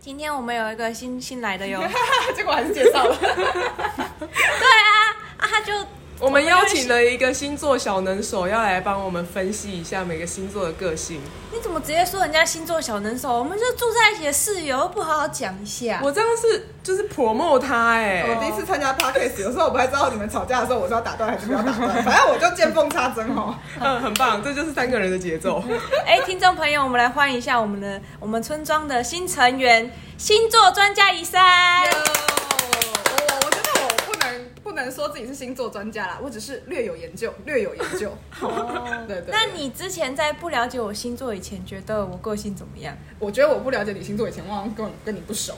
今天我们有一个新新来 的哟，对结果还是介绍了。啊，啊他就我们邀请了一个星座小能手，要来帮我们分析一下每个星座的个性。你怎么直接说人家星座小能手？我们就住在一起的室友，又不好好讲一下。我这样是就是 promo 他哎、我第一次参加 podcast，有时候我不太知道你们吵架的时候我是要打断还是不要打断， 反正我就见缝插针 哦。嗯，很棒，这就是三个人的节奏。哎，听众朋友，我们来欢迎一下我们的我们村庄的新成员星座专家一山。哎我我觉得我不能不能说自己是星座专家啦，我只是略有研究，略有研 究。哦对对对那你之前在不了解我星座以前，觉得我个性怎么样？我觉得我不了解你星座以前，我好像跟我跟你不熟。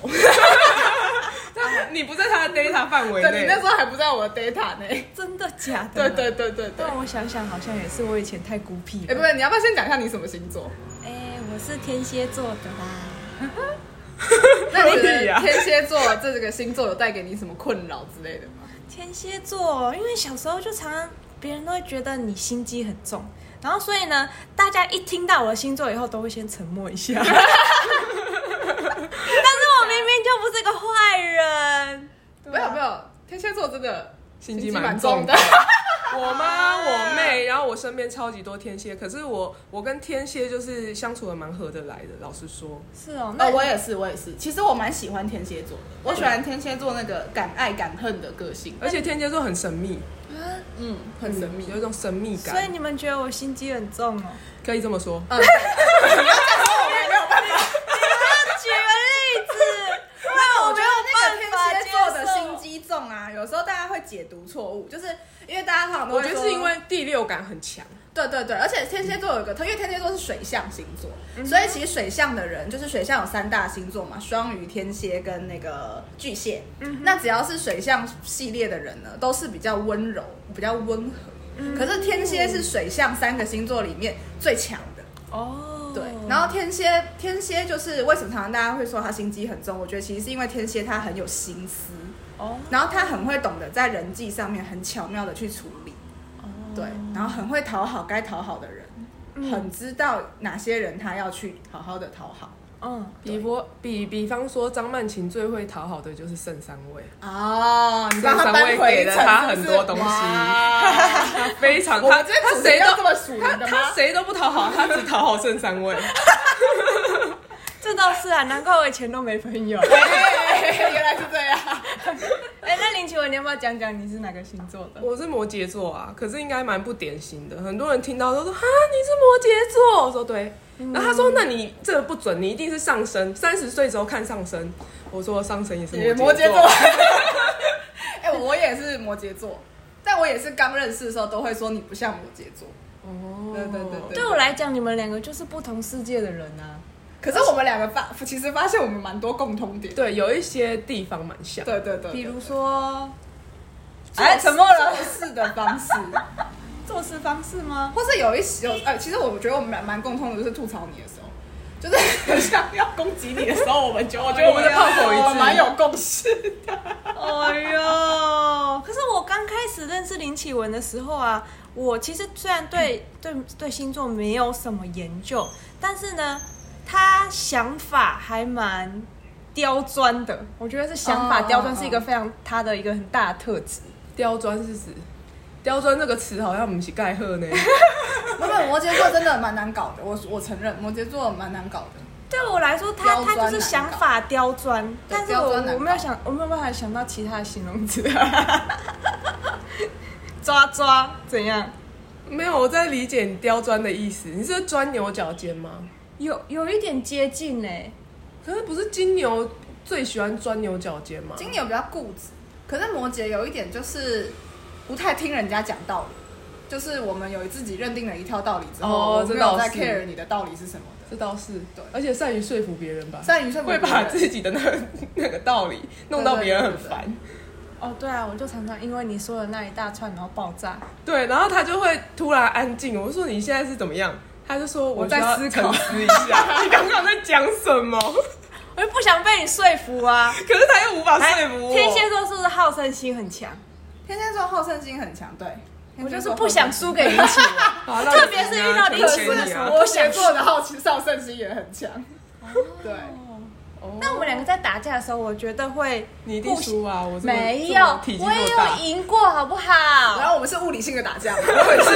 你不在他的 data 范围对你那内时。候还不在我的 data 呢。真的假对的？对。对对对。让我想想，好像也是我以前太孤僻哎、不了。对，你要不要先讲一下你什么星 座？哎、我是天蝎座的啦。那你觉合理啊得天蝎座这个星座有带给你什么困扰之类的吗？天蝎座，因为小时候就常常别人都会觉得你心机很重，然后所以呢，大家一听到我的星座以后，都会先沉默 一下。但是我明明就不是个坏人。啊没有没有，天蝎座真的心机机蛮蛮重的的。 我妈、我妹，然后我身边超级多天蝎，可是我我跟天蝎就是相处的蛮合得来的，老实说。是哦，那哦，我也是，我也是。其实我蛮喜欢天蝎座的，我喜欢天蝎座那个敢爱敢恨的个性。而且天蝎座很神秘，嗯，很神秘。有一种神秘所以感，你们觉得我心机很重哦？可以这么说。嗯举个例子，那我觉没得有办那法个天蝎接座的心受。机重啊，有时候大家会解读错误，就是因为大家通常都我会觉得说是因为第六感很强，对对对，而且天蝎座有一个特，因为天蝎座是水象星座，所以其实水象的人就是水象有三大星座嘛，双鱼、天蝎跟那个巨蟹。那只要是水象系列的人呢，都是比较温柔、比较温和。可是天蝎是水象三个星座里面最强的。哦，对，然后天蝎，天蝎就是为什么常常大家会说他心机很重？我觉得其实是因为天蝎他很有心思，哦然后他很会懂得在人际上面很巧妙的去处理，哦对，然后很会讨好该讨好的人，嗯很知道哪些人他要去好好的讨好。嗯，比我比比方说张曼琴最会讨好的就是圣三位，哦，你圣帮他三扳位回给一了城，他是很不是多东西，哇 他非常我他们这他主持谁要这都么属他人的他吗？谁都不讨好，他只讨好圣三位。这倒是啊，难怪我以前都没朋友。 原来是这样。哎，那林奇文，你要不要讲讲你是哪个星座的？我是摩羯座啊，可是应该蛮不典型的。很多人听到都说哈，你是摩羯座，我说对。嗯然后他说，那你这个不准，你一定是上升，三十岁之后看上升。我说上升也也是摩摩羯羯座座，。 哎、我也是摩羯座，但我也是刚认识的时候都会说你不像摩羯座。哦对对对对对我来讲，你们两个就是不同世界的人啊。可是我们两个发，其实发现我们蛮多共通点。对，有一些地方蛮像。对对对，比如说，哎，哎，沉沉默默了了，做事的方 式，做事方式吗？或是有一些有呃，其实我觉得我们蛮蛮共通的，就是吐槽你的时候， 就是很像要攻击你的时候，我们就我觉得我们的炮火一致，蛮有共识。 哎呦！可是我刚开始认识林启文的时候啊，我其实虽然对对对星座没有什么研究，但是呢，他想法还蛮刁钻的。我觉得是想法哦刁钻是哦一个非常他的一个很大的特质。刁钻是指，刁钻这个词好像不是盖赫呢。没有摩羯座真的蛮难搞的，我我承认摩羯座蛮难搞的。对我来说，他刁他钻就是想法刁钻，对但是刁我钻难搞我没有想，我没有办法想到其他的形容词、 啊。抓抓怎样？没有，我在理解你刁钻的意思。你是钻牛角尖吗？有有一点接近呢、可是不是金牛最喜欢钻牛角尖吗？金牛比较固执，可是摩羯有一点就是不太听人家讲道理，就是我们有自己认定了一套道理之后，哦我没这倒有在是 care 你的道理是什么的。这倒是，对而且善于说服别人吧，虽然你说会把自己的那个 那个道理弄到别人很烦。哦，对啊，我就常常因为你说的那一大串，然后爆炸。对，然后他就会突然安静。我说你现在是怎么样？他就说我在需要思考沉思一下，你刚刚在讲什么？我就不想被你说服啊！可是他又无法来说服 我。天蝎座是不是好胜心很强？天蝎座好胜心很强，对，我就天是蝎座不想输给林启文。好，那特别是遇到你林先奇啊文就的是时你啊候哦好胜心，摩羯座的好奇好胜心也很强。对， 那我们两个在打架的时候，我觉得会你一定输啊！我这么没这么有体积，这我也么大有，赢过，好不然好？后我们是物理性的打架，我也是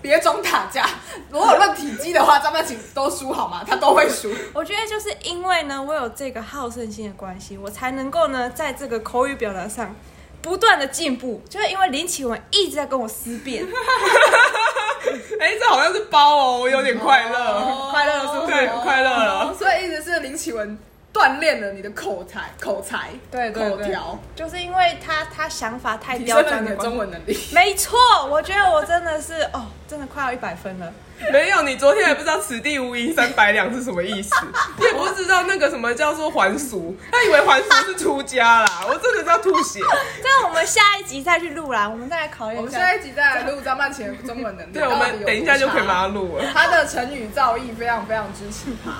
别种打架。如果论体积的话，张曼琴都输好吗？她都会输。我觉得就是因为呢，我有这个好胜心的关系，我才能够呢，在这个口语表达上不断的进步。就是因为林启文一直在跟我思辨， 哎、这好像是包哦，我有点快乐，哦 快乐是不哦对，快乐了。哦所以一直是林启文锻炼了你的口才、口才、对对口对条，就是因为他他想法太提刁升了钻你的的关中系。文能力。没错，我觉得我真的是哦，真的快要一百分了。没有，你昨天还不知道“此地无银三百两”是什么 意思，你也不知道那个什么叫做还俗，他以为还俗是出家啦，我真的是要吐血。这我们下一集再去录啦，我们再来考我验一们下。下一集再来录张曼琴的中文能力。对，我们等一下就可以把它录了。他的成语造诣非常非常支持他。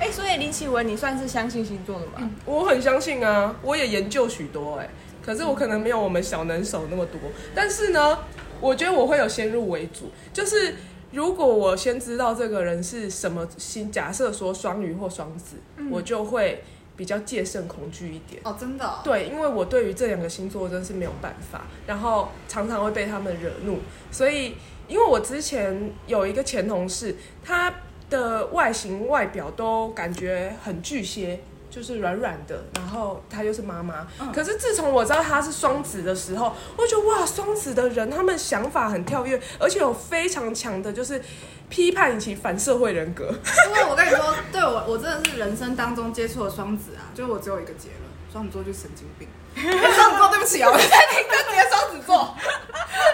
哎、所以林启文，你算是相信星座的吗？嗯我很相信啊，我也研究许多哎、可是我可能没有我们小能手那么多，但是呢，我觉得我会有先入为主，就是如果我先知道这个人是什么星，假设说双鱼或双子，我就会比较戒慎恐惧一点。哦，真的、哦。对，因为我对于这两个星座真是没有办法，然后常常会被他们惹怒，所以因为我之前有一个前同事，他的外形外表都感觉很巨蟹。就是软软的，然后她又是妈妈。嗯可是自从我知道她是双子的时候，我就觉得哇，双子的人他们想法很跳跃，而且有非常强的就是批判以及反社会人格。 因为我跟你说，对我我真的是人生当中接触的双子啊，就是我只有一个结论，双子座就是神经病。 双子座，对不起啊，我 在听跟你的双子座，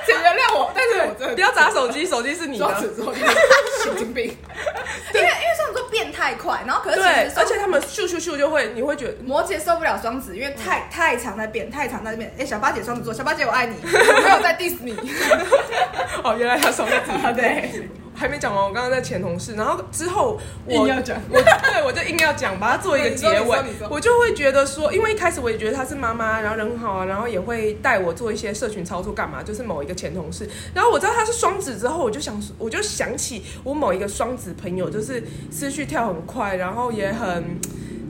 请原谅我，但是我真的不要砸手机，手机是你的。 双子座就是神经病，因为因为双子座变太快，然后可是其对实，而双且他们咻咻咻就会，你会觉得摩羯受不了双子，因为太嗯太太常在变，太常在变。哎、小八姐双子座，小八姐我 爱你，我没有在 diss 你。哦，原来他双子。 对， 还没讲完，我刚刚在前同事，然后之后我硬要讲 我对我就硬要讲，把它做一个结 你说尾你说你说，我就会觉得说，因为一开始我也觉得她是妈妈，然后人很好啊，然后也会带我做一些社群操作干嘛，就是某一个前同事，然后我知道她是双子之后，我就想说，我就想起我某一个双子朋友，就是思绪跳很快，然后也很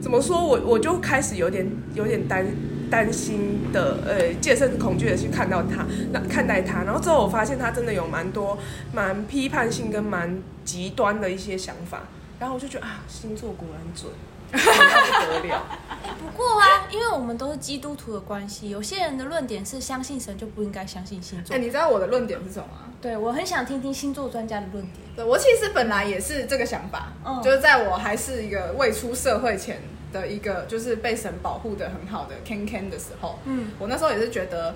怎么说我 我就开始有点有点担担心的，呃，戒慎恐惧的去看到他，那呃看待他，然后之后我发现他真的有蛮多蛮批判性跟蛮极端的一些想法，然后我就觉得啊，星座果然准，准到不得了。不过啊，因为我们都是基督徒的关系，有些人的论点是相信神就不应该相信星 哎、座。你知道我的论点是什么吗？对我很想听听星座专家的论点。对我其实本来也是这个想法，嗯就是在我还是一个未出社会前的一个，就是被神保护的很好的 Ken Ken 的时候，嗯我那时候也是觉得，嘖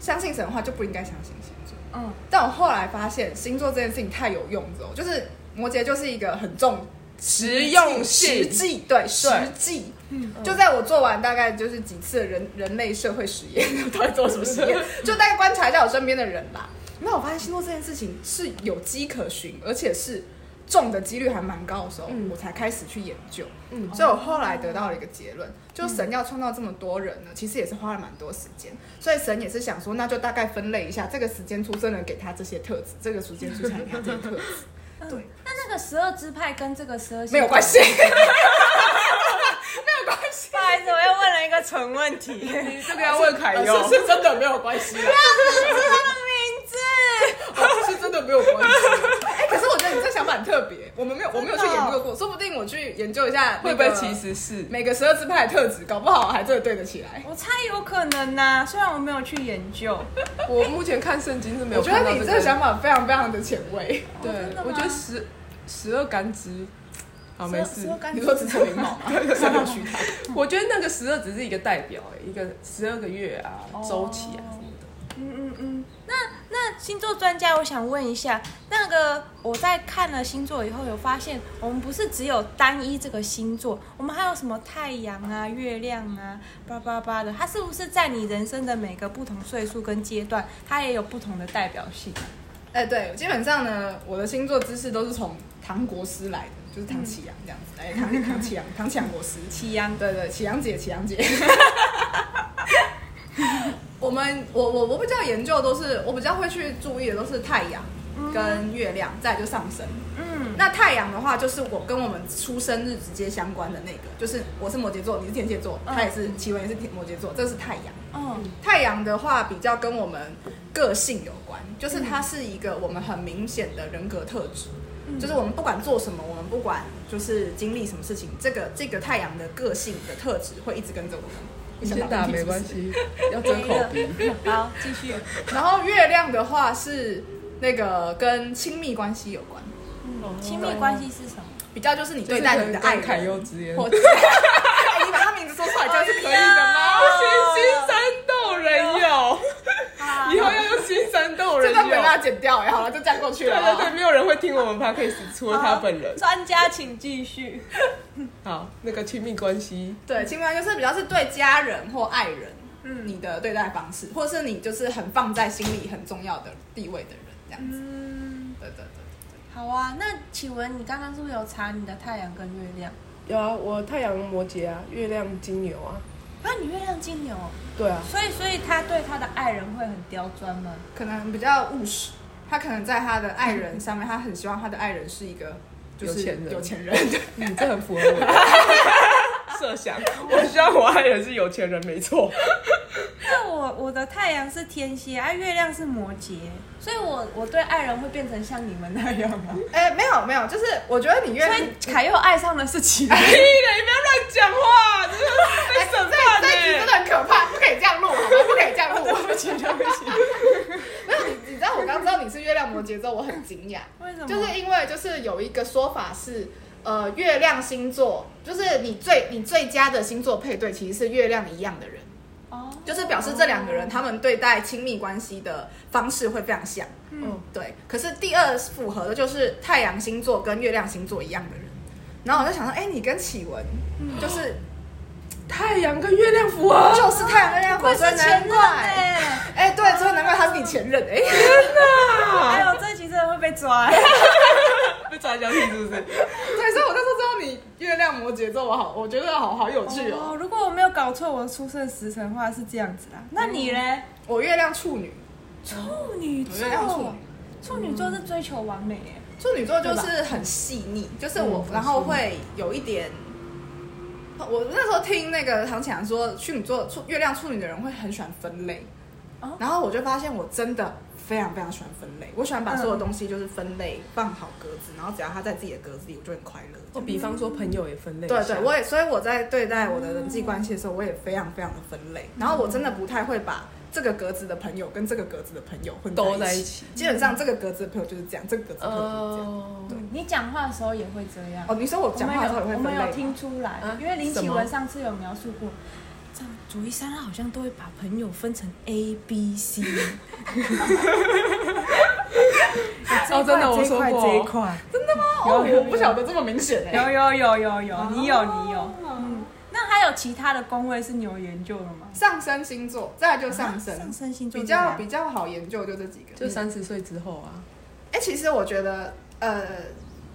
相信神的话就不应该相信星座。嗯，但我后来发现，星座这件事情太有用了哦，就是摩羯就是一个很重实用性实际对实际。嗯就在我做完大概就是几次的人人类社会实验， 我到底做了什么实验？就大概观察一下我身边的人吧。嗯那我发现星座这件事情是有迹可循，而且是中的几率还蛮高的时候，嗯我才开始去研究。嗯所以我后来得到了一个结论，就神要创造这么多人呢，其实也是花了蛮多时间。所以神也是想说，那就大概分类一下，这个时间出生的人给他这些特质，这个时间出生人给他这些特质，对，那那个十二支派跟这个十二星座没有关系。 不好意思，我又问了一 个蠢问 题。这个要问凯呃优，是是真的没有关系啊 啦，名字哦是真的没有关系。哎，可是我觉得你这想法很特别，我们没有，我没有去研究过，说不定我去研究一下那哦会个不会其实是？每个十二支派的特质，搞不好还真的对得起来。我猜有可能呐、虽然我没有去研究。我目前看圣经是没有我觉看到得这你个。这个想法非哦常非常的前卫。对真的吗，我觉得十十二干支， 好哦没事。你说只是眉 毛吗？三角区我觉得那个十二只是一个代表、欸，一个十二个月啊，哦周期啊什么的。嗯嗯嗯，那那星座专家，我想问一下，那个我在看了星座以后，有发现我们不是只有单一这个星座，我们还有什么太阳啊、月亮啊、叭叭叭的，它是不是在你人生的每个不同岁数跟阶段，它也有不同的代表性？哎，对，基本上呢，我的星座知识都是从唐国师来的，就是唐启阳这样子，哎，唐唐启阳，唐启阳国师，启阳，对对，启阳姐，启阳姐。 我们我我我比较研究都是，我比较会去注意的都是太阳跟月亮，再来就上升。嗯，那太阳的话，就是我跟我们出生日直接相关的那个，就是我是摩羯座，你是天蝎座，嗯他也是奇文也是天摩羯座，这是太阳。嗯太阳的话比较跟我们个性有关，就是它嗯是一个我们很明显的人格特质，就是我们不管做什么，我们不管就是经历什么事情，这个这个太阳的个性的特质会一直跟着我们。你先打没关系，要没争口了鼻。，哎好，继续。 然后月亮的话是那个跟亲密关系有关，亲密关系是什么？比较就是你就对是待可你能的爱跟凯人。优之间，或 哎你把他名字说出来，这样是可以的吗？新三豆人有，啊 以后要用新三豆 人这段没办法有。剪掉哎、好了，就这样过去对了对对，啊。没有人会听我们 podcast，除了他本人。专家请继续。好，那个亲密关系，对，亲密关系就是比较是对家人或爱人，嗯，你的对待方式，或是你就是很放在心里很重要的地位的人，这样子。嗯，对对对。好啊。那启文，你刚刚是不是有查你的太阳跟月亮？有啊，我太阳摩羯啊，月亮金牛啊，那你月亮金牛，哦对啊，所以所以他对他的爱人会很刁钻吗？可能比较务实，他可能在他的爱人上面，他很希望他的爱人是一个就是有钱人有钱人，对嗯，这很符合我的 设想。我希望我爱人是有钱人，没错。那我我的太阳是天蝎，啊，月亮是摩羯，所以我我对爱人会变成像你们那样 吗？ 哎、没有没有，就是我觉得你越所以凯又爱上的是启文屁，嘞，你不要乱讲话，这个被审判哎这一集真的呢。很可 怕，不可以这样录，好吗？不可以这样录。 不起，对不起。 没有你，你知道我刚知道你是月亮摩羯座，我很惊讶， 为什么？就是因为就是有一个说法是，呃，月亮星座就是你最你最佳的星座配对其实是月亮一样的人，哦，就是表示这两个人他们对待亲密关系的方式会非常像。嗯，对，可是第二符合的就是太阳星座跟月亮星座一样的人。然后我就想说，哎、你跟启文、嗯就是太阳跟月亮符合。就是太阳跟月亮火会是所以前难任怪，哎、 哎、对，所以难怪他是你前任，哎、 还啊有哎这集真的会被抓、被抓交替是不是？对，所以我那时候知道你月亮摩羯座，我好，我觉得好好有趣哦。哦，如果我没有搞错我的出生时辰的话是这样子啦。那你嘞？我月亮处女，处女嗯我月亮处女座，，处女座是追求完美耶。处女座就是很细腻，就是嗯我，然后会有一点。我那时候听那个唐启阳说，处女座处月亮处女的人会很喜欢分类，哦然后我就发现我真的非常非常喜欢分类，我喜欢把嗯所有东西就是分类放好格子，然后只要它在自己的格子里，我就很快乐。我哦比方说朋友也分类一对下。对，我也，所以我在对待我的人际关系的时嗯候，我也非常非常的分类。然后我真的不太会把这个格子的朋友跟这个格子的朋友混都在在一一起起。基本上这个格子的朋友就是这样，这个格子的朋友就是这样。哦，嗯你讲话的时候也会这样。哦，你说我我讲们话的时有候也会我分们类吗有听出来，啊因为林什启么文上次有描述过，这样主一三好像都会把朋友分成 A、B、C。 哦真的我说过这一块，哦，我不晓得这么明欸显哎。有有有有哦有，你有你有。嗯，那还有其他的宫位是你有研究的吗？上升星座，再来就上升，上升星座比是较哪比较好研究就这几个。就三十岁之后啊。哎、其实我觉得，呃，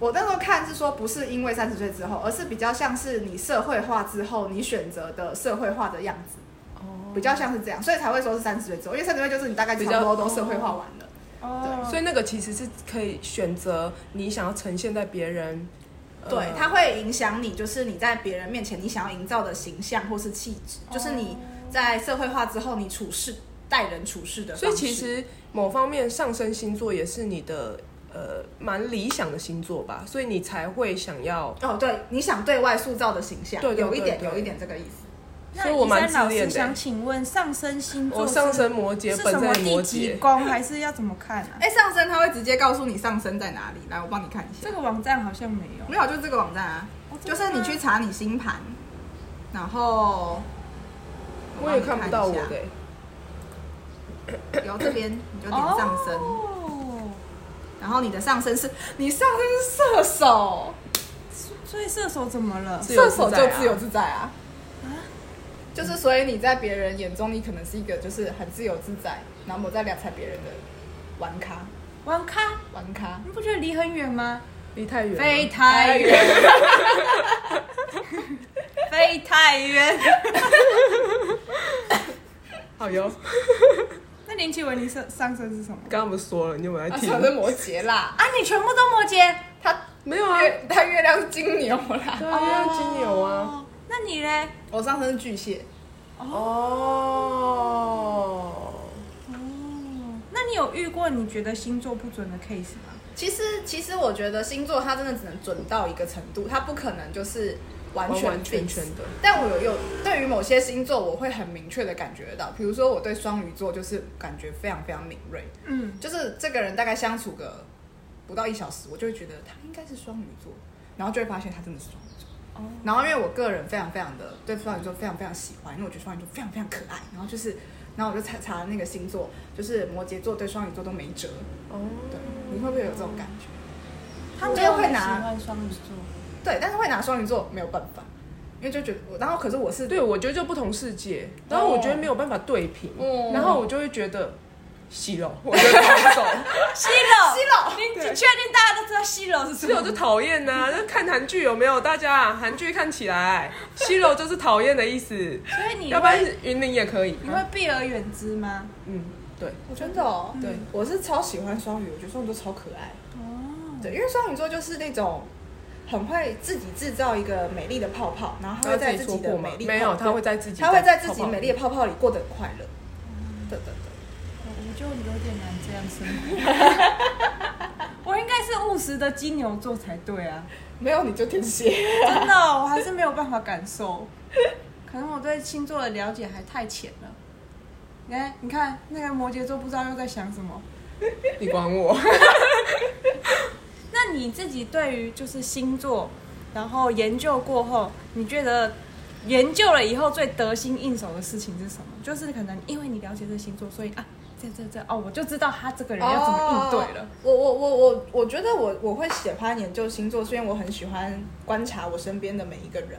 我那时候看是说不是因为三十岁之后，而是比较像是你社会化之后你选择的社会化的样子，哦比较像是这样，所以才会说是三十岁之后，因为三十岁就是你大概比差较不多都社会化完了。哦，所以那个其实是可以选择你想要呈现在别人，呃对，它会影响你，就是你在别人面前你想要营造的形象或是气质，就是你在社会化之后你处事待人处事的方式。所以其实某方面上升星座也是你的呃蛮理想的星座吧，所以你才会想要。哦，对，你想对外塑造的形象，对对有一对点，对有一点这个意思。那所以我蛮一三老自恋师的想请问上升星座我是哦上升摩羯，是本什么在摩第几羯，宫，还是要怎么看啊？哎，上升它会直接告诉你上升在哪里，来，我帮你看一下这。个网站好像没有，没有，就是这个网站啊，哦就是你去，查你星盘，然后我也看不到我的、欸。由这边你真的就点吗上升，哦然后你的上升是，你上升是射手，所以射手怎么了？自由射自在手啊就自由自在啊。就是，所以你在别人眼中，你可能是一个就是很自由自在，然后我在两踩别人的玩咖玩咖，玩咖。你不觉得离很远吗？离太远了，啊 飞太远，飞太远。好哟。那林奇文，你上上升是什么？哎 刚刚不是说了，你有没有在啊，听？上升摩羯啦，啊，你全部都摩羯，他没有啊，月他月亮是金牛啦，对啊，月亮金牛啊，哦。那你嘞？我上身是巨蟹，哦，哦，那你有遇过你觉得星座不准的 case 吗？其实，其实我觉得星座它真的只能准到一个程度，它不可能就是完完全完全 fix 全的。但我有有对于某些星座，我会很明确的感觉到，比如说我对双鱼座就是感觉非常非常敏锐，嗯，就是这个人大概相处个不到一小时，我就会觉得他应该是双鱼座，然后就会发现他真的是双鱼座。哦然后因为我个人非常非常的对双鱼座非常非常喜欢，因为我觉得双鱼座非常非常可爱。然后就是，然后我就查查那个星座，就是摩羯座对双鱼座都没辙。哦，对，你会不会有这种感觉？他我没就有会很拿喜欢双鱼座，对，但是会拿双鱼座没有办法，因为就觉得我，然后可是我是对，我觉得就不同世界，然后我觉得没有办法对平，哦然后我就会觉得洗了，我就逃 走，西楼， 西啊楼你你确定大家都知道西楼是什西楼么？就讨厌呐。那看韩剧有没有？大家啊韩剧看起来，西楼就是讨厌的意思，所以你要不然会是云林也可以。你嗯会避而远之吗？嗯，对，我真的哦，对我是超喜欢双鱼，我觉得双鱼座超可爱。哦，对，因为双鱼座就是那种很会自己制造一个美丽的泡泡，然后他会在自己说己的过吗美？丽没有，他会在自己他会在自己泡泡美丽的泡泡里过得很快乐。对对对，我我就有点难这样生活。 我应该是务实的金牛座才对 啊，没有你就天蝎。真的，我还是没有办法感受。可能我对星座的了解还太浅了。你看，你看那个摩羯座不知道又在想什么。你管 我？那你自己对于就是星座，然后研究过后，你觉得研究了以后最得心应手的事情是什么？就是可能因为你了解这星座，所以啊，这这这哦，我就知道他这个人要怎么应对了。我我我我我觉得我我会喜欢研究星座，是因为我很喜欢观察我身边的每一个人，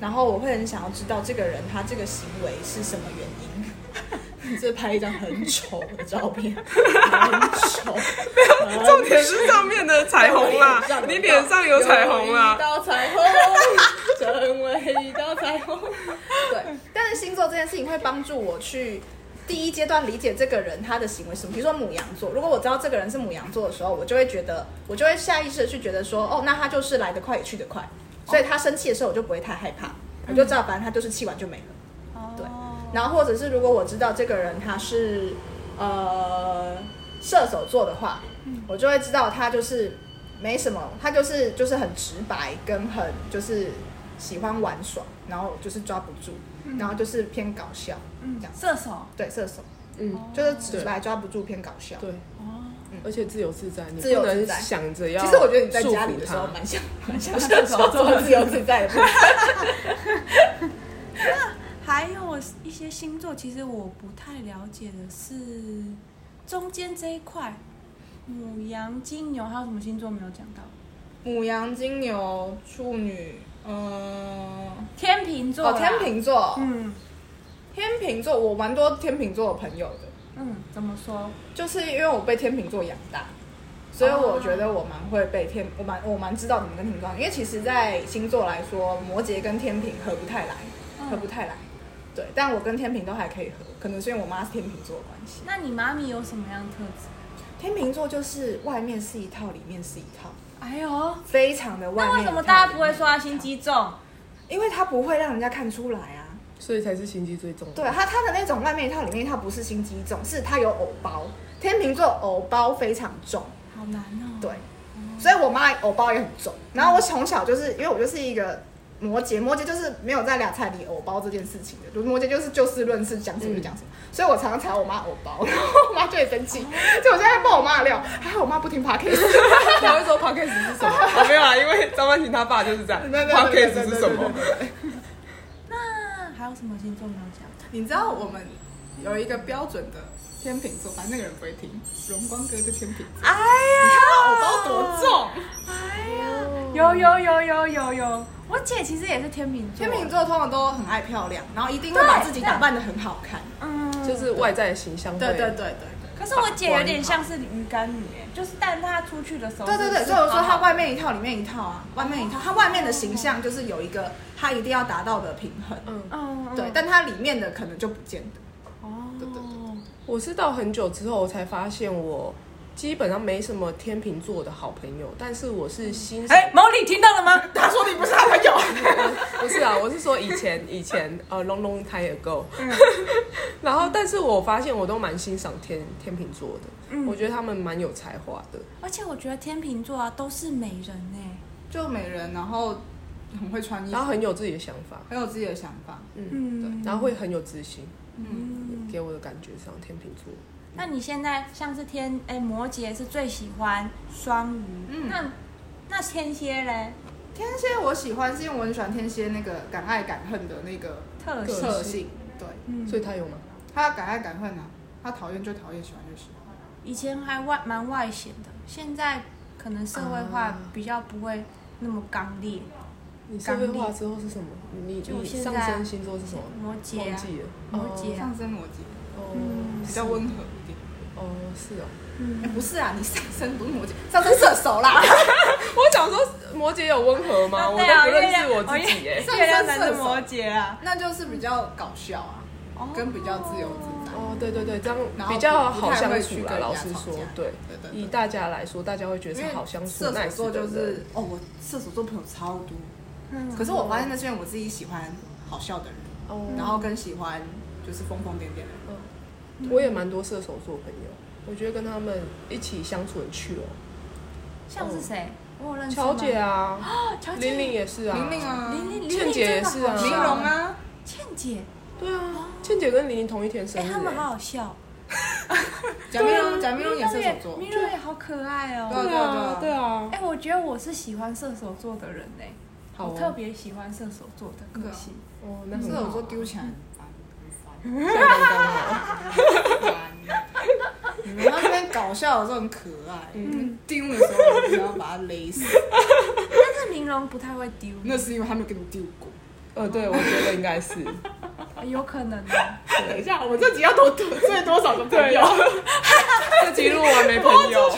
然后我会很想要知道这个人他这个行为是什么原因。这拍一张很丑的照片，很丑。重点是上面的彩哎虹啦，你脸上有彩虹哦啊有一啦。道彩虹，成为一道彩虹。对，但是星座这件事情会帮助我去第一阶段理解这个人他的行为是什么。比如说母羊座，如果我知道这个人是母羊座的时候，我就会觉得，我就会下意识的去觉得说，哦，那他就是来得快也去得快，所以他生气的时候我就不会太害怕，我就知道反正他就是气完就没了。对哦然后或者是如果我知道这个人他是呃射手座的话，我就会知道他就是没什么，他就是就是很直白跟很就是喜欢玩耍，然后就是抓不住，然后就是偏搞笑，嗯这样，射手对射手嗯，就是直白抓不住偏搞笑。对，哦，而且自由自在，你自由不自能在想着要。其实我觉得你在家里的时候蛮像蛮像射手座自由自在的部分，还有一些星座，其实我不太了解的是中间这一块，母羊、金牛，还有什么星座没有讲到？母羊、金牛、处女，嗯、天秤座哦啦，天秤座，嗯天秤座，我蛮多天秤座的朋友的，嗯，怎么说？就是因为我被天秤座养大，所以我觉得我蛮会被天，我蛮我蛮知道怎么跟天秤座养，因为其实，在星座来说，摩羯跟天秤合不太来，合不嗯，太来。对，但我跟天秤都还可以合，可能是因为我妈是天秤座的关系。那你妈咪有什么样的特质？天秤座就是外面是一套，里面是一套，哎呦，非常的外面那一为套。什么大家不会说他里面心一套？机重？因为他不会让人家看出来啊。所以才是心机最重。对，他他的那种外面一套里面一套不是心机重，是他有偶包。天秤座偶包非常重，好难哦。对，所以我妈偶包也很重。然后我从小就是因为我就是一个摩羯，摩羯就是没有在俩菜里偶包这件事情的，就摩羯就是就事论事，讲什么就讲什么。所以我常常踩我妈偶包，然后我妈就会生气。所以我现在爆我妈的料，还好我妈不听 p o d c a s 他会说 podcast 是什么？ 哦，没有啦，因为张曼婷她爸就是 这样。对对对 podcast 对对是什么？那还有什么星座没有讲？你知道我们有一个标准的天秤座，反正那个人不会听，荣光哥就天秤座，哎呀，包多重？ 哎呀，有有有有有有，我姐其实也是天秤座。天秤，座通常都很爱漂亮，然后一定会把对自己打扮的很好看。嗯，就是外在的形象。对对对。对对。可是我姐有点像是鱼干女，哎就是但她出去的时候，对对对，所以我说她外面一套，里面一套啊，外面一套，她外面的形象就是有一个她一定要达到的平衡，嗯，嗯，嗯对，但她里面的可能就不见得。哦，对对我是到很久之后我才发现我基本上没什么天秤座的好朋友，但是我是欣赏。哎，毛利听到了吗？他说你不是他朋友，不是啊，我是说以 前以前呃，long long time ago，、然后但是我发现我都蛮欣赏天天秤座的，我觉得他们蛮有才华的，嗯而且我觉得天秤座啊都是美人呢。 就美人，然后很会穿衣服然，后很有自己的想法，很有自己的想法。嗯，嗯，然后会很有自信，嗯，给我的感觉上天秤座。那你现在像是天哎摩羯是最喜欢双鱼，嗯那那天蝎嘞天蝎我喜欢是因为我很喜欢天蝎那个敢爱敢恨的那个特个性特性，对嗯所以他有吗？他敢爱敢恨啊，他讨厌就讨厌，喜欢就喜欢。以前还外蛮外显的，现在可能社会化啊比较不会那么刚烈。你社会化之后是什么？你就你现上在啊升星座是什么？摩羯忘啊，记了。摩羯上升摩羯嗯哦，哦比较温和一点。哦，是哦。哎嗯，不是啊，你上升不是摩羯，上升射手啦。我想说摩羯有温和吗？ 我对啊都不认识我自己耶。月亮男是摩羯啊，哦那就是比较搞笑啊，跟比较自由自在。 哦，对对对，这样然后比较不好太相会去处啦。跟人家老实吵说架，对对对，对以大家来说，大家会觉因得是为好相处射，耐手死座的就是人。哦，我射手座朋友超多，嗯可是我发现那是因为我自己喜欢好笑的人，哦，然后跟喜欢就是疯疯癫癫的人。嗯我也蛮多射手座朋友，我觉得跟他们一起相处很趣哦。像是谁？我有认识吗乔姐，啊，哦乔姐，玲玲也是啊，玲玲，啊，玲玲，倩姐也是啊玲玲玲真的好珑笑，啊，倩姐，对啊，倩姐跟玲玲同一天生哎，日他们好耶，好笑，啊贾明龙，贾明龙也射手座，明啊荣也好可爱哦。对啊，对啊，哎，我觉得我是喜欢射手座的人呢，好我哦特别喜欢射手座的个性。哦，那射很手好座，丢起来很烦，很这样刚刚好。 烦。你们那边搞笑的时候很可爱，嗯丢的时候你要把它勒死，但是明荣不太会丢，那是因为他没有给你丢过。呃，对，我觉得应该是。有可能哦。 等一下，我这集要多多最多少个朋对友？啊，这集录完没朋友，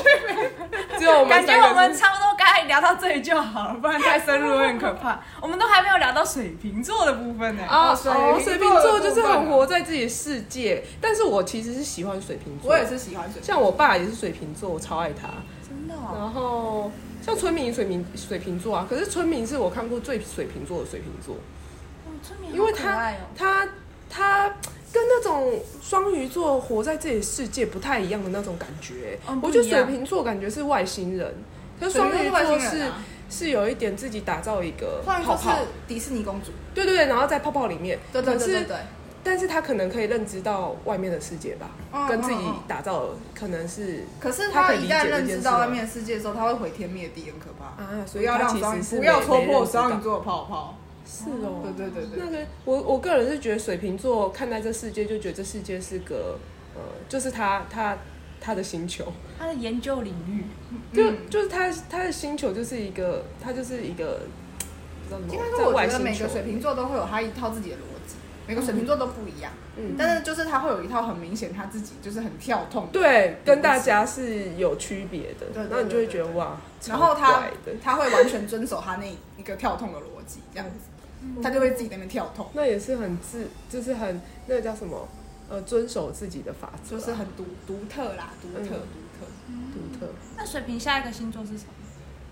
只有我感们觉三个我们差不多该聊到这里就好了，不然太深入会很可怕。我们都还没有聊到水瓶座的部分呢。啊，水哦，瓶水座瓶的座就是部分很啊活在自己的世界，但是我其实是喜欢水瓶座，我也，是喜欢水瓶，像我爸也是水瓶座，我超爱他。真的哦，然后像村民，水瓶水瓶座啊，可是村民是我看过最水瓶座的水瓶座，哦村民因为好可他爱哦。他他跟那种双鱼座活在自己的世界不太一样的那种感觉、哦欸嗯不我觉得一样水瓶座感觉是外星人，可是双水瓶鱼座是外座星是人啊是有一点自己打造一个双鱼泡座是泡，迪士尼公主，对对对，然后在泡泡里面，对对对对可是对，但是他可能可以认知到外面的世界吧，嗯跟自己嗯嗯打造的可能是可是他他可以理一解旦这认件知事到吗外面的世界之后，他会毁天灭地，很可怕。啊，不所以要他让其双实鱼是不要没戳破没认知到双鱼座的泡泡。是哦，对对对对那个我我个人是觉得水瓶座看待这世界，就觉得这世界是个呃，就是他他他的星球，他的研究领域，嗯就、就是他他的星球就是一个，他就是一个不知道怎么应该在说，我外觉得星每球个，水瓶座都会有他一套自己的逻辑，每个水瓶座都不一样。嗯但是就是他会有一套很明显他自己就是很跳痛的，对，跟大家是有区别的，对对对然后你就会觉得对对哇，然后超他怪的他会完全遵守他那一个跳痛的逻辑，这样子，嗯他就会自己在那边跳痛，那也是很自，就是很那个叫什么呃，遵守自己的法则就啊，是很独独特啦，独嗯特独特。独特。那水瓶下一个星座是什么？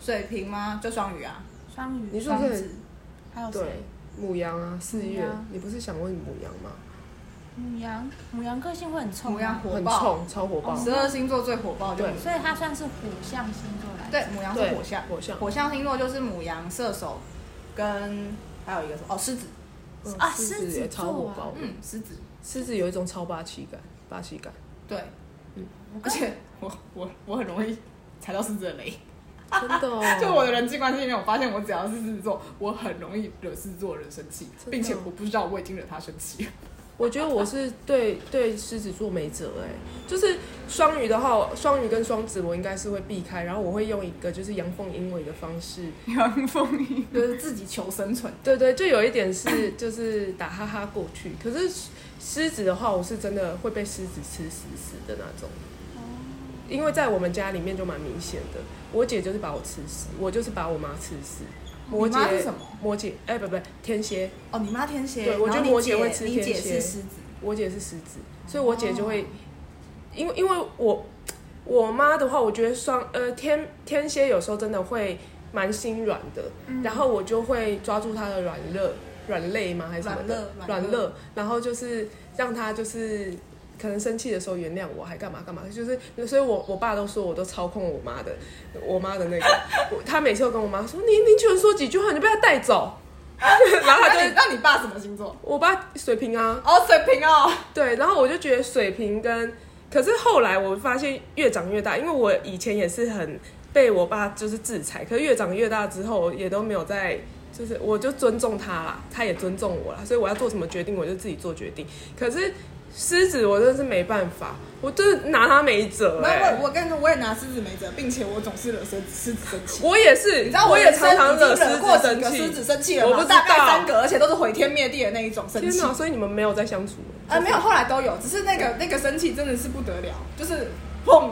水瓶吗？就双鱼啊，双鱼。你说是双子很还哦有对谁？母羊啊，四母月羊，你不是想问母羊吗？母羊，母羊个性会很冲，啊母羊，火很爆，哦冲，超火爆。啊十二星座最火爆就是对所以它算是火象星座来。，对，母羊是对火象，火象火象星座就是母羊、射手跟还有一个什么哦，狮子，嗯啊狮狮子也超座火啊爆的。嗯，狮子，狮子有一种超霸气感，霸气感。对，嗯 而且我我我很容易踩到狮子的雷，真的哦、就我的人际关系里面，我发现我只要是狮子座，我很容易惹狮子座的人生气，的哦并且我不知道我已经惹他生气了。我觉得我是对对狮子座没辙哎、就是双鱼的话，双鱼跟双子我应该是会避开，然后我会用一个就是阳奉阴违的方式，阳风一。就是自己求生存，对对，就有一点是就是打哈哈过去。可是狮子的话，我是真的会被狮子吃死死的那种。因为在我们家里面就蛮明显的，我姐就是把我吃死，我就是把我妈吃死。摩你妈是羯什么？摩羯，哎、不不，天蝎，哦，你妈天蝎，对我觉然得后你摩羯姐会吃你天姐是蝎狮子，我姐是狮子，所以我姐就会，因为因为我我妈的话，我觉得双呃天天蝎有时候真的会蛮心软的，嗯然后我就会抓住她的软肋，软肋吗还是什么的软肋软肋肋，然后就是让她就是。可能生气的时候原谅我，还干嘛干嘛？就是，所以我我爸都说我都操控我妈的，我妈的那个，我他每次都跟我妈说，你你居然说几句话，你就被他带走， 然后他那就会你那你爸什么星座？我爸水瓶啊，哦，水瓶哦，对，然后我就觉得水瓶跟，可是后来我发现越长越大，因为我以前也是很被我爸就是制裁，可是越长越大之后，我也都没有在，就是我就尊重他啦，他也尊重我啦，所以我要做什么决定，我就自己做决定。可是狮子我真的是没办法，我真的拿他没辙没哎、有，我我跟你说，我也拿狮子没辙，并且我总是惹狮子狮子生气。我也是，你你知道我也人生常常已经惹狮惹过子几生个气，狮子生气了我嘛，不知大概三道。个，而且都是毁天灭地的那一种生天气。哪！所以你们没有在相处了，呃，没有，后来都有，只是那个那个生气真的是不得了，就是砰，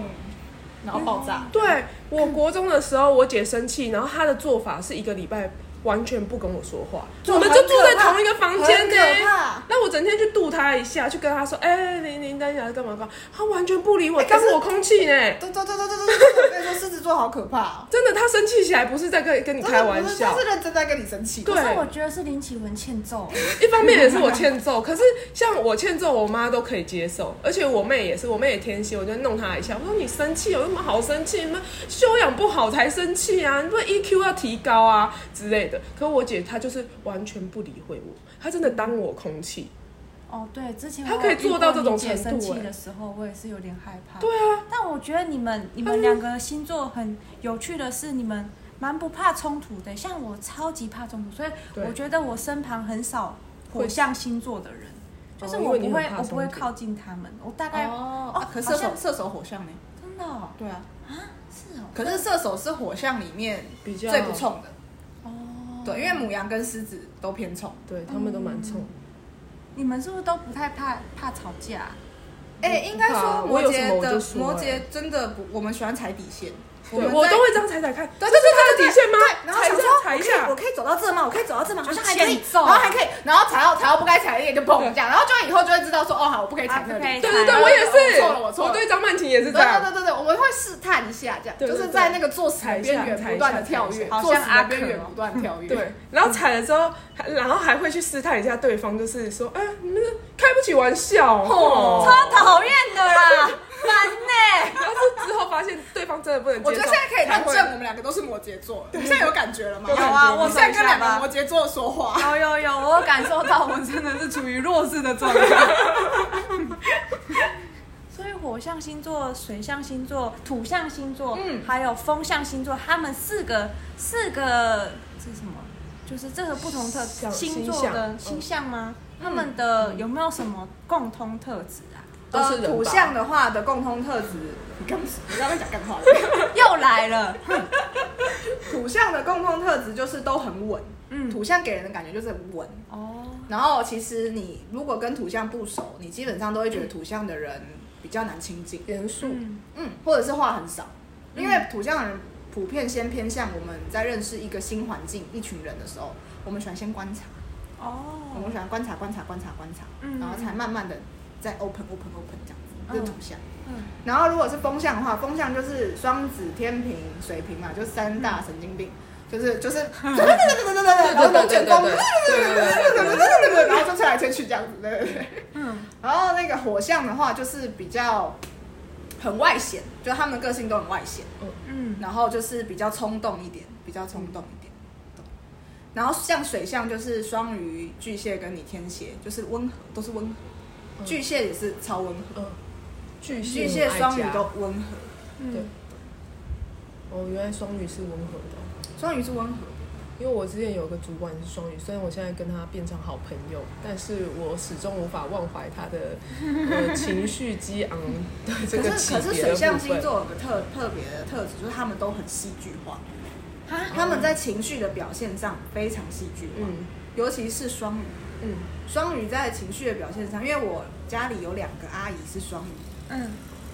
然后爆炸。对我国中的时候，我姐生气，然后她的做法是一个礼拜完全不跟我说话，这我们很就住在可怕同一个房间很呢、可怕那我整天去度她一下，去跟她说，哎、林林丹霞干嘛干嘛，她完全不理我，哎可当是我空气呢、对对对对对对对，我跟你说，狮子座好可怕哦，真的，她生气起来不是在跟跟你真开的玩不是，笑他，是认真在跟你生气。对可是我觉得是林启文欠揍，一方面也是我欠揍，可是像我欠揍，我妈都可以接受，而且我妹也是，我妹也天蝎，我就弄她一下，我说你生气有什么好生气？你们修养不好才生气啊，你不是 EQ 要提高啊之类的。可我姐她就是完全不理会我，她真的当我空气。哦，对，之前他我可以遇做过到这你种姐程生度气哎的时候，我也是有点害怕。对啊，但我觉得你们你们两个星座很有趣的是，你们蛮不怕冲突的。像我超级怕冲突，所以对我觉得我身旁很少火会象星座的人，就是哦因我为你不很会怕我不会冲突靠近他们。我大概哦，哦啊可好射像手射手火象呢？真的哦对啊，是哦，可是射手是火象里面比较最不冲的，哦，对，因为母羊跟狮子都偏冲。对他们都蛮冲。你们是不是都不太怕怕吵架啊？哎，应该说摩我有什羯么我就的说摩羯真的不，我们喜欢踩底线，对，们我在都会这样踩踩看，对这是她对的对底线吗？然后踩一想下说，踩一我下，可以走到这吗？我可以走到这吗？好像还可以欠，揍然后还可以，然后踩到踩到不该踩的点就砰这样，然后就以后就会知道说，哦，好，我不可以踩那啊不可以里。对对踩对，我也是，我错了我错了对张曼婷也是对这样对。对对，我们会试探一下，这样对对就对是在那个作死踩的一边下缘踩一下不断的跳踩跃一，下作好死像阿的可边缘不断跳跃。对，然后踩了之后，还然后还会去试探一下对方，就是说，哎，你们开不起玩笑哦。超讨厌的啦，烦呢、然后是之后发现对方真的不能我接觉受，得现在可以才论会证我们两个都是摩羯座，你现在有感觉了吗？有感觉你现在跟两个摩羯座说话，有有有，我有感受到我真的是处于弱势的状态。 所以火象星座、水象星座、土象星座，嗯，还有风象星座，他们四个四个这是什么？就是这个不同特象星座星象的嗯星象吗？他们的有没有什么共通特质 啊？都是呃，人吧土象的话的共通特质，你刚你刚刚讲干话了，又来了，土象的共通特质就是都很稳，嗯，土象给人的感觉就是很稳。哦，然后其实你如果跟土象不熟，你基本上都会觉得土象的人比较难亲近，严肃，嗯，嗯，或者是话很少，因为土象的人普遍先偏向我们在认识一个新环境、一群人的时候，我们喜欢先观察，我哦们，喜欢观察、观察、观察、观察，嗯然后才慢慢的再 open、open、open 这样子，这、是土象。哦嗯，然后如果是风象的话，风象就是双子、天平、水瓶嘛，就三大神经病，就是就是，然后龙卷风，然后就吹来吹去这样子，对对对。嗯，然后那个火象的话，就是比较很外显，就他们个性都很外显，嗯，然后就是比较冲动一点，比较冲动一点。对然后像水象就是双鱼、巨蟹跟你天蝎，就是温和，都是温和。巨蟹也是超温和，嗯，巨蟹巨蟹、双鱼都哦，温和。对嗯，哦原来双鱼是温和的，双鱼是温和，因为我之前有个主管是双鱼，虽然我现在跟他变成好朋友，但是我始终无法忘怀他的呃情绪激昂的这可个是起可是跌水的象部星分。座有个特特别的特质，就是他们都很戏剧化，嗯哈，他们在情绪的表现上非常戏剧化，嗯尤其是双鱼。嗯，双鱼在情绪的表现上，因为我家里有两个阿姨是双鱼，嗯，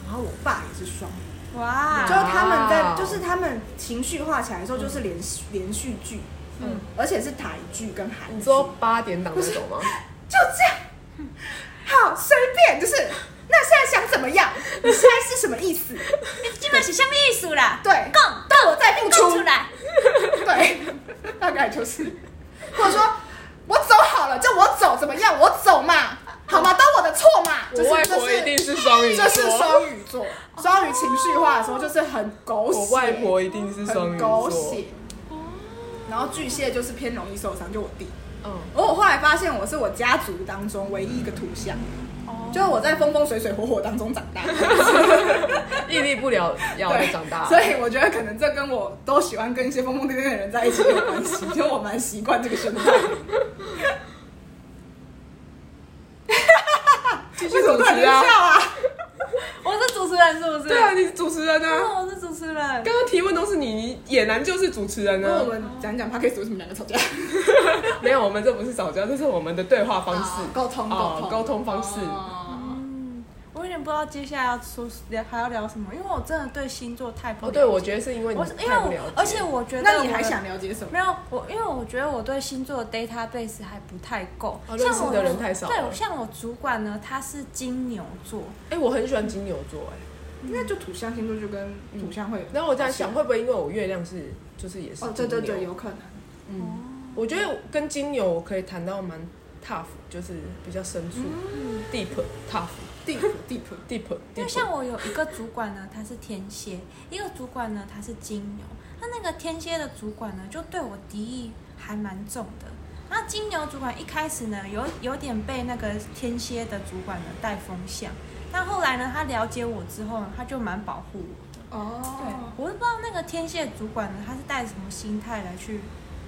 然后我爸也是双鱼，哇啊就是，他们在哇就是他们情绪化起来的时候，就是连续连续剧，嗯嗯，而且是台剧跟韩你剧，说八点档那种吗？就这样，好随便，就是那现在想怎么样？你现在是什么意思？基本是什么意思啦？对讲，对我在付讲出出，来。 对，大概就是，或者说我走好了，就我走怎么样？我走嘛，好吗？都我的错嘛，就我外是就婆一定是是双鱼座，这是双鱼座，双鱼情绪化的时候就是很狗血，我外婆一定是双很鱼狗座。血。然后巨蟹就是偏容易受伤，就我弟。嗯，而我后来发现，我是我家族当中唯一一个土象，哦就是我在风风水水火火当中长大，屹立不了，要对，长 大。所以我觉得可能这跟我都喜欢跟一些疯疯癫癫的人在一起有关系，因为我蛮习惯这个生态。继续为什 么突主然持间啊笑！啊？我是主持人是不是？对啊，，你是主持人啊！我是主持人。刚刚提问都是你，你野男就是主持人那我啊。们讲一讲 p o d c a s 为什么两个吵 架？没有，我们这不是吵架，这是我们的对话方式啊、沟通哦沟通沟通方式。哦我有点不知道接下来要说聊还要聊什么，因为我真的对星座太不哦，了对，我解觉得是因哎为你我是因为太不了我解，而且我觉得那你我还的想了解什么？没有我，因为我觉得我对星座的 database 还不太够，哦认识像我的人太少了对，像我主管呢，他是金牛座，哎，我很喜欢金牛座哎。因为就土象星座就跟土象会有然后我在想，会不会因为我月亮是就是也是哦，对对金牛对，有可哦能。嗯，我觉得跟金牛我可以谈到蛮 tough，就是比较深处、deep tough deep deep， deep。嗯因为像我有一个主管呢，他是天蝎，一个主管呢他是金牛，那那个天蝎的主管呢，就对我敌意还蛮重的。那金牛主管一开始呢，有有点被那个天蝎的主管呢带风向，但后来呢，他了解我之后呢，他就蛮保护我。对哦，，我是不知道那个天蝎主管呢，他是带什么心态来去，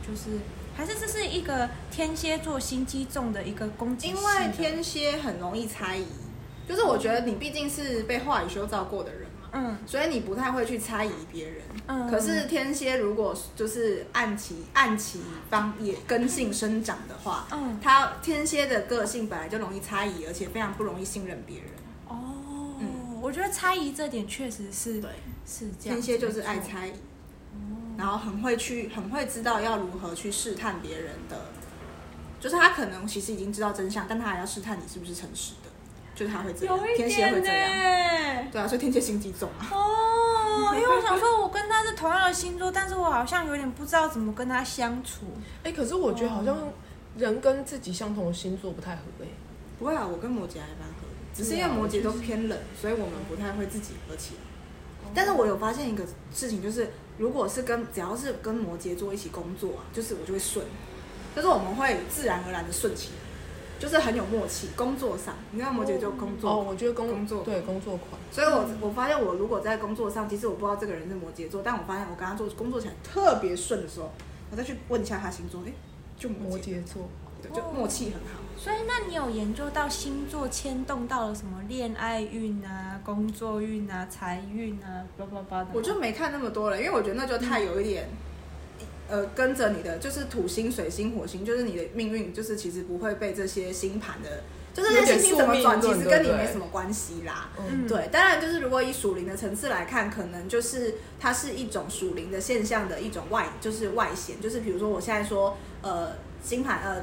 就是还是这是一个天蝎座心机重的一个攻击因性的，为天蝎很容易猜疑，就是我觉得你毕竟是被话语修造过的人嘛，嗯所以你不太会去猜疑别人。嗯，可是天蝎如果就是按其按其方也根性生长的话，嗯他天蝎的个性本来就容易猜疑，而且非常不容易信任别人。哦，嗯我觉得猜疑这点确实是对，是这样，天蝎就是爱，猜疑，哦然后很会去，很会知道要如何去试探别人的，就是他可能其实已经知道真相，但他还要试探你是不是诚实的，就是他会这样有，一天蝎会点这样，呢。对啊，所以天蝎心机重啊，哦，因为我想说，我跟他是同样的星座，但是我好像有点不知道怎么跟他相处。哎、可是我觉得好像人跟自己相同的星座不太合哎、不会啊，我跟摩羯还蛮合的，只是因为摩羯都偏冷，所以我们不太会自己合起来。但是我有发现一个事情，就是如果是跟只要是跟摩羯座一起工作啊，就是我就会顺，就是我们会自然而然的顺起来，就是很有默契。工作上，你看摩羯就工作，哦，我觉得工工作对工作款，所以我我发现我如果在工作上，其实我不知道这个人是摩羯座，但我发现我跟他做工作起来特别顺的时候，我再去问一下他星座，哎、就摩摩羯，羯座对，就默契很好。所以，那你有研究到星座牵动到了什么恋爱运啊、工作运啊、财运啊，叭叭叭的？我就没看那么多了，因为我觉得那就太有一点，呃，跟着你的就是土星、水星、火星，就是你的命运，就是其实不会被这些星盘的，就是这些星星怎么转，有点宿其命论实跟你对不对没什么关系啦。嗯嗯对，当然就是如果以属灵的层次来看，可能就是它是一种属灵的现象的一种外，就是外显，就是比如说我现在说，呃，星盘，呃，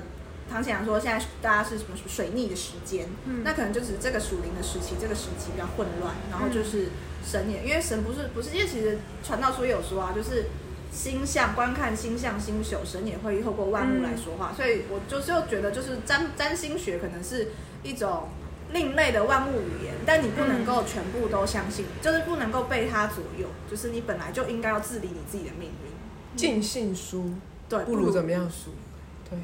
唐显阳说现在大家是什么水逆的时间，嗯那可能就只是这个属灵的时期，这个时期比较混乱，然后就是神也，因为神不是不是，因为其实传道书也有说啊，就是。星象观看星象星宿，神也会透过万物来说话，所以我就是又觉得，就是占占星学可能是一种另类的万物语言，但你不能够全部都相信，就是不能够被它左右，就是你本来就应该要治理你自己的命运。尽信书对，不如怎么样书，对。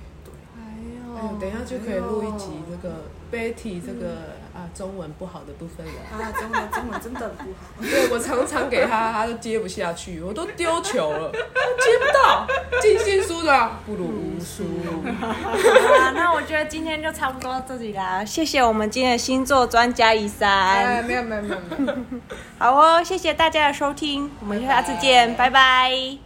哎嗯哎呦，等一下就可以录一集这个 Betty 这个、啊中文不好的部分了。啊，中文中文真的不 好。对我常常给他，他都接不下去，我都丢球了，他接不到。尽信书的啊不如无书。好啦，那我觉得今天就差不多到这里啦，谢谢我们今天的星座专家一哎， 三，没有没有没有没有。好哦，谢谢大家的收听，我们下次见，拜拜